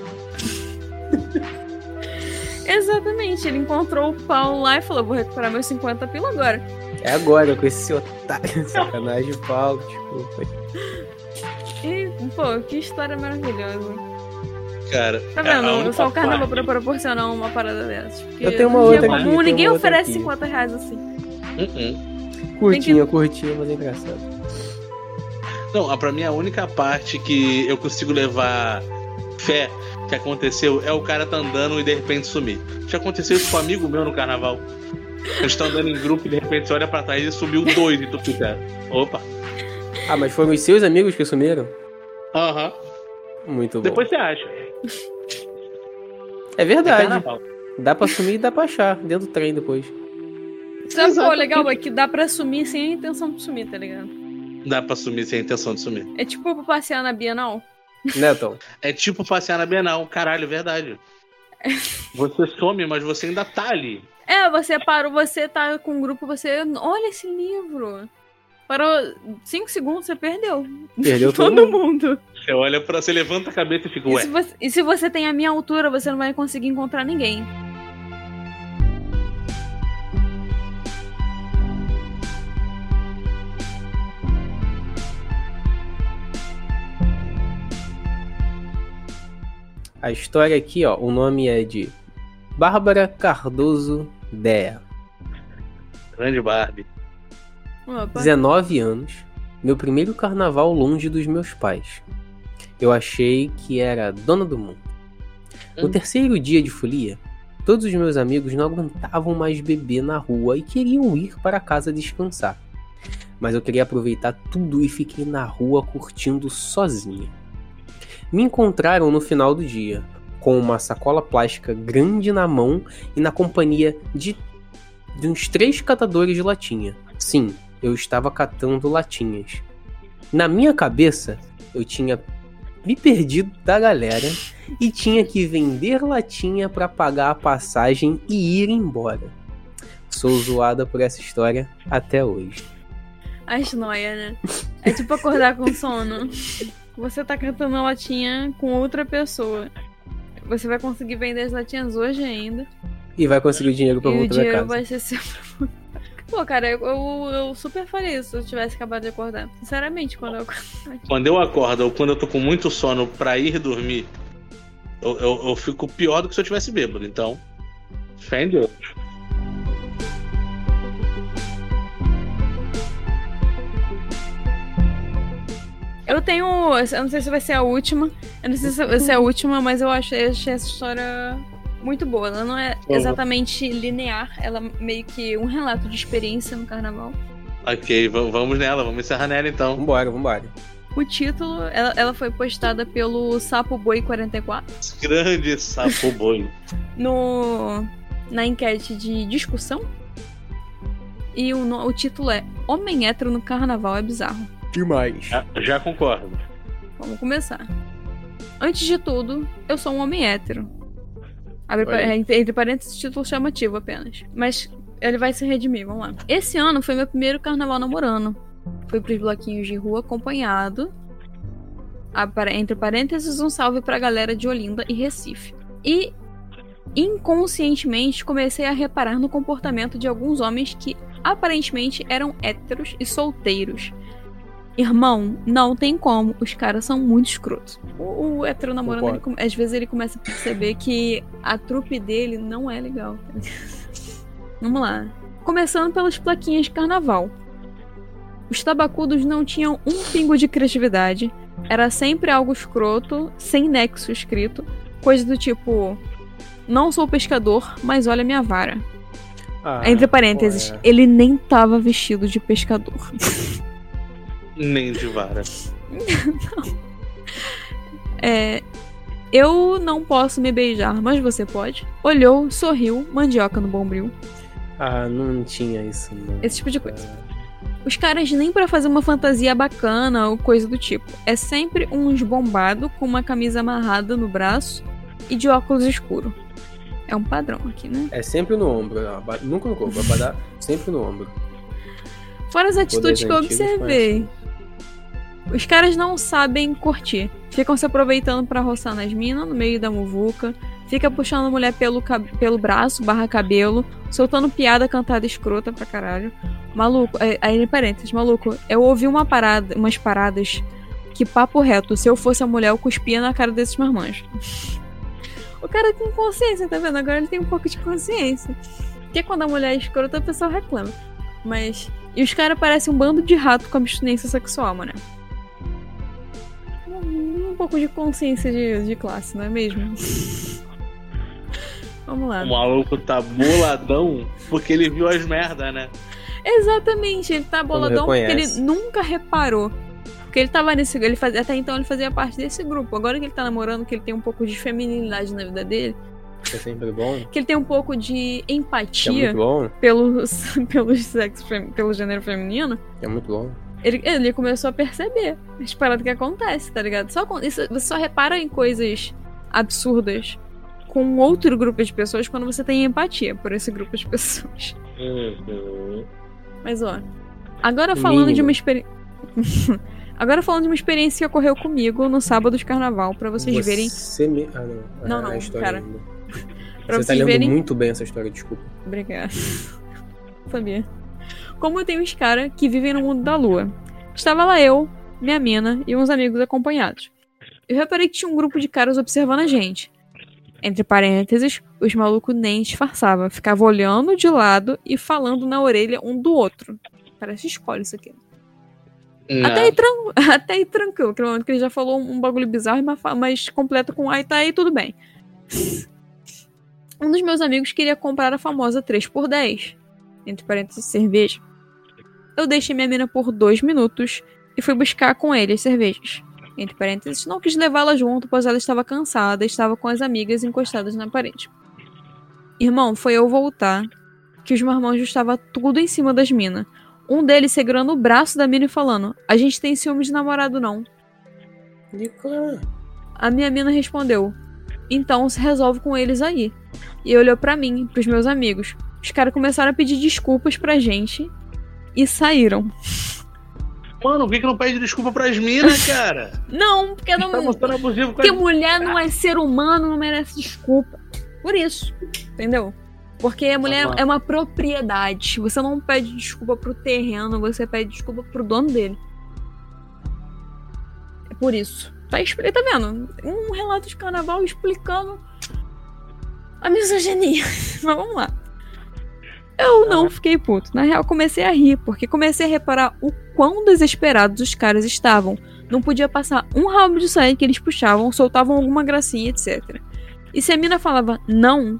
Exatamente, ele encontrou o Paulo lá e falou: vou recuperar meus 50 pila agora.
É agora com esse otário. [laughs] Sacanagem, Paulo. tipo, Desculpa.
E, pô, que história maravilhosa.
Cara,
Tá
é a
vendo?
única
Só o carnaval
parte-
pra proporcionar uma parada dessas. porque
Eu tenho uma
no dia
outra aqui,
comum,
tenho
ninguém
uma outra
oferece
aqui.
50 reais assim.
Uh-uh.
Curtinha, curtinha, mas é engraçado.
Não, a- pra mim a única parte que eu consigo levar fé que aconteceu é o cara tá andando e de repente sumir. Já aconteceu isso com um amigo meu no carnaval. Eles estão andando em grupo e de repente você olha pra trás e sumiu dois e tu fica. Opa!
Ah, mas foram os seus amigos que sumiram?
Aham.
Muito bom.
Depois você acha.
É
É
verdade.
carnaval.
Dá pra sumir e dá pra achar. Dentro do trem depois.
Sabe qual é o
Exato.
legal? É que dá pra sumir sem a intenção de sumir, tá ligado?
Dá pra sumir sem intenção de sumir.
É tipo pra passear na Bienal.
Né, Tom?
É tipo passear na Bienal, caralho, verdade. Você some, mas você ainda tá ali.
É, você parou, você tá com um grupo, você. Olha esse livro. Parou 5 segundos, você perdeu. [laughs]
Perdeu todo
todo mundo.
Você olha pra. Você levanta a cabeça e fica,
E se,
ué.
você, e se você tem a minha altura, você não vai conseguir encontrar ninguém.
A história aqui, ó, o nome é de Bárbara Cardoso Dea,
Grande Barbie.
Opa.
19 anos, meu primeiro carnaval longe dos meus pais. Eu achei que era dona do mundo. No
Hum.
terceiro dia de folia, todos os meus amigos não aguentavam mais beber na rua e queriam ir para casa descansar. Mas eu queria aproveitar tudo e fiquei na rua curtindo sozinha. Me encontraram no final do dia, com uma sacola plástica grande na mão e na companhia de, de uns três catadores de latinha. Sim, eu estava catando latinhas. Na minha cabeça, eu tinha me perdido da galera e tinha que vender latinha para pagar a passagem e ir embora. Sou zoada por essa história até hoje.
As noia, né? É tipo acordar com sono. Você tá cantando a latinha com outra pessoa. Você vai conseguir vender as latinhas hoje ainda.
E vai conseguir o dinheiro pra
e o
voltar pra
dinheiro
casa.
vai ser seu. Pô, cara, eu, eu, eu super faria isso se eu tivesse acabado de acordar. Sinceramente, quando eu acordo.
Quando eu acordo ou quando eu tô com muito sono pra ir dormir, eu, eu- eu fico pior do que se eu tivesse bêbado. Então, fé em Deus.
Eu tenho. Eu não sei se vai ser a última. Eu não sei se vai ser a última, mas eu achei, achei essa história muito boa. Ela não é
Boa.
exatamente linear, ela é meio que um relato de experiência no carnaval.
Ok, va- vamos nela, vamos encerrar nela então.
Vambora, vambora.
O título, ela, ela foi postada pelo Sapo Boi 44
Grande sapo boi.
no, na enquete de discussão. E o, no- o título é Homem hétero no carnaval é bizarro.
Demais.
Já, já concordo.
Vamos começar. Antes de tudo, eu sou um homem hétero. Abre
Olha aí.
pa- é, entre, entre parênteses, título chamativo apenas. Mas ele vai se redimir, vamos lá. Esse ano foi meu primeiro carnaval namorando. Fui pros bloquinhos de rua acompanhado. Abre- Entre parênteses, um salve pra galera de Olinda e Recife. E inconscientemente comecei a reparar no comportamento de alguns homens que aparentemente eram héteros e solteiros. Irmão, não tem como, os caras são muito escrotos. O, o hétero namorando, ele come- às vezes ele começa a perceber que a trupe dele não é legal. [laughs] Vamos lá. Começando pelas plaquinhas de carnaval. Os tabacudos não tinham um pingo de criatividade. Era sempre algo escroto, sem nexo escrito. Coisa do tipo: Não sou pescador, mas olha minha vara.
Ah,
Entre parênteses,
pô, é.
ele nem tava vestido de pescador.
Nem de vara.
É. Eu não posso me beijar, mas você pode. Olhou, sorriu, mandioca no bombril.
Ah, não tinha isso, não.
Esse tipo de coisa.
É.
Os caras nem pra fazer uma fantasia bacana ou coisa do tipo. É sempre um esbombado com uma camisa amarrada no braço e de óculos escuro. É um padrão aqui, né?
É sempre no ombro, não, ba- nunca no
[laughs]
corpo, vai badar sempre no ombro.
Fora as atitudes
Poderes
que eu
antigos, assim.
observei. Os caras não sabem curtir. Ficam se aproveitando pra roçar nas minas, no meio da muvuca. Fica puxando a mulher pelo, cab- pelo braço, barra cabelo. Soltando piada cantada escrota pra caralho. Maluco, é- aí entre parênteses, maluco, eu ouvi uma parada, umas paradas que papo reto, se eu fosse a mulher, eu cuspia na cara desses marmanjos. O cara tem consciência, tá vendo? Agora ele tem um pouco de consciência. Porque quando a mulher é escrota, o pessoal reclama. Mas e os caras parecem um bando de rato com abstinência sexual, mano. Um um pouco de consciência de, de classe, não é mesmo? [laughs] Vamos lá.
O maluco tá boladão porque ele viu as merda, né?
Exatamente, ele tá boladão porque ele
reconhece.
nunca reparou. Porque ele tava nesse. Ele fazia, até então ele fazia parte desse grupo. Agora que ele tá namorando, que ele tem um pouco de feminilidade na vida dele,
É sempre bom.
que ele tem um pouco de
Que é muito
empatia
bom.
pelos, [laughs] pelos sexo, fem- pelo gênero feminino.
Que é muito bom.
Ele, ele começou a perceber as paradas que acontecem, tá ligado? Só, com- isso- você só repara em coisas absurdas com outro grupo de pessoas quando você tem empatia por esse grupo de pessoas. [laughs] Mas ó, agora
No
falando de
mínimo.
uma experiência. [laughs] agora falando de uma experiência que ocorreu comigo no sábado de carnaval, pra vocês verem.
Você me... Ah, não.
Não,
Ah,
não,
a história
cara.
ainda.
[laughs] Pra
Você tá
vocês
lendo
verem.
muito bem essa história, desculpa.
Obrigada. Sabia. Como tem uns caras que vivem no mundo da lua. Estava lá eu, minha mina e uns amigos acompanhados. Eu reparei que tinha um grupo de caras observando a gente. Entre parênteses, os malucos nem disfarçavam. Ficava olhando de lado e falando na orelha um do outro. Parece escolhe isso aqui. Até aí, tran- [laughs] até aí tranquilo. Aquele momento que ele já falou um bagulho bizarro, mas, fa- mas completo com ai, tá aí, tudo bem. [laughs] Um dos meus amigos queria comprar a famosa 3x10. Entre parênteses, cerveja. Eu deixei minha mina por dois minutos e fui buscar com ele as cervejas. Entre parênteses, não quis levá-la junto, pois ela estava cansada e estava com as amigas encostadas na parede. Irmão, foi eu voltar que os marmanjos estavam tudo em cima das minas. Um deles segurando o braço da mina e falando: A gente tem ciúme de namorado, não.
Nicolas.
A minha mina respondeu: Então se resolve com eles aí. E olhou pra mim, pros meus amigos. Os caras começaram a pedir desculpas pra gente e saíram.
Mano, por que, que não pede desculpa pras
[laughs]
minas, cara?
Não, porque não.
Tá mostrando abusivo com
Porque
a
mulher não é ser humano, não merece desculpa. Por isso, entendeu? Porque a mulher
bom.
é uma propriedade. Você não pede desculpa pro terreno, você pede desculpa pro dono dele. É por isso. Tá, expli- tá vendo? Um relato de carnaval explicando a misoginia. [laughs] Mas vamos lá. Eu não fiquei puto. Na real, comecei a rir, porque comecei a reparar o quão desesperados os caras estavam. Não podia passar um rabo de saia que eles puxavam, soltavam alguma gracinha, etc. E se a mina falava não,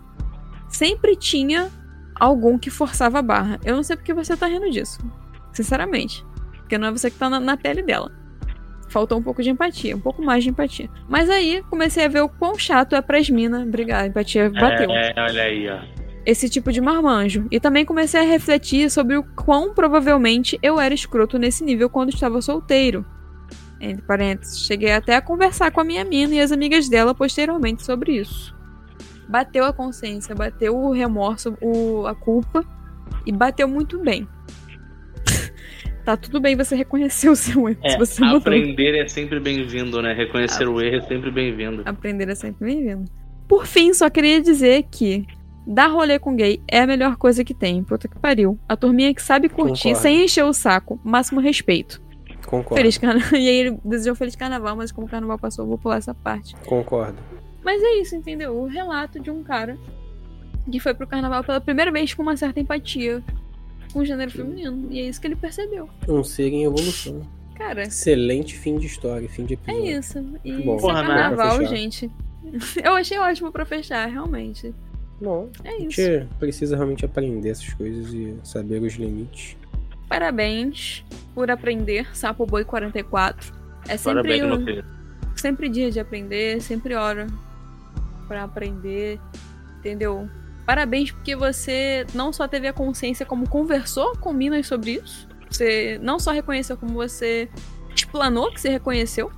sempre tinha algum que forçava a barra. Eu não sei porque você tá rindo disso. Sinceramente. Porque não é você que tá na, na pele dela. Faltou um pouco de empatia, um pouco mais de empatia. Mas aí comecei a ver o quão chato é pras minas. Obrigada, a empatia bateu
É, olha aí, ó.
esse tipo de marmanjo. E também comecei a refletir sobre o quão provavelmente eu era escroto nesse nível quando estava solteiro. Entre parênteses, cheguei até a conversar com a minha mina e as amigas dela posteriormente sobre isso. Bateu a consciência, bateu o remorso, o, a culpa e bateu muito bem. [laughs] tá tudo bem você reconhecer o seu erro,
É,
se você mudou.
Ah. aprender é sempre bem-vindo, né? Reconhecer o erro é sempre bem-vindo.
Aprender é sempre bem-vindo. Por fim, só queria dizer que dar rolê com gay é a melhor coisa que tem. Puta que pariu. A turminha que sabe curtir
Concordo.
sem encher o saco. Máximo respeito.
Concordo.
Feliz carnaval. [laughs] E aí ele desejou feliz carnaval, mas como o carnaval passou, eu vou pular essa parte.
Concordo.
Mas é isso, entendeu? O relato de um cara que foi pro carnaval pela primeira vez com uma certa empatia com o gênero feminino. E é isso que ele percebeu.
Um ser em evolução.
Cara,
Excelente fim de história, fim
é
de episódio.
isso. E
Bom,
isso é
Porra, né?
carnaval,
Pra fechar.
gente. [laughs] Eu achei ótimo pra fechar, realmente.
Não,
É
a
isso.
gente precisa realmente aprender essas coisas e saber os limites.
Parabéns por aprender, Sapo Boi 44. É sempre,
Parabéns,
um-
meu filho.
sempre dia de aprender, sempre hora pra aprender, entendeu? Parabéns porque você não só teve a consciência como conversou com Minas sobre isso, você não só reconheceu como você explanou que você reconheceu.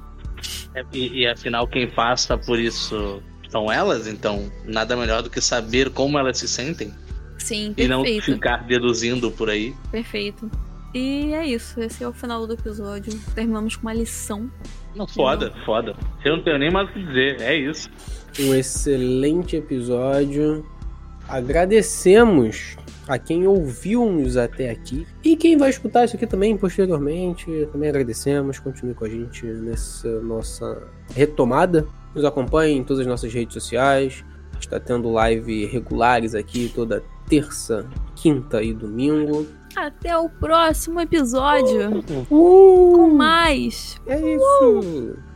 É, E, e afinal, quem passa por isso são elas, então nada melhor do que saber como elas se sentem
Sim,
e não
perfeito,
ficar deduzindo por aí.
perfeito. E é isso, esse é o final do episódio. Terminamos com uma lição.
Não, foda, foda. Eu não tenho nem mais o que dizer, é isso.
Um excelente episódio. Agradecemos a quem ouviu-nos até aqui e quem vai escutar isso aqui também posteriormente. Também agradecemos. Continue com a gente nessa nossa retomada. Nos acompanhe em todas as nossas redes sociais. Está tendo live regulares aqui toda terça, quinta e domingo.
Até o próximo episódio.
Uh!
Mais.
É isso!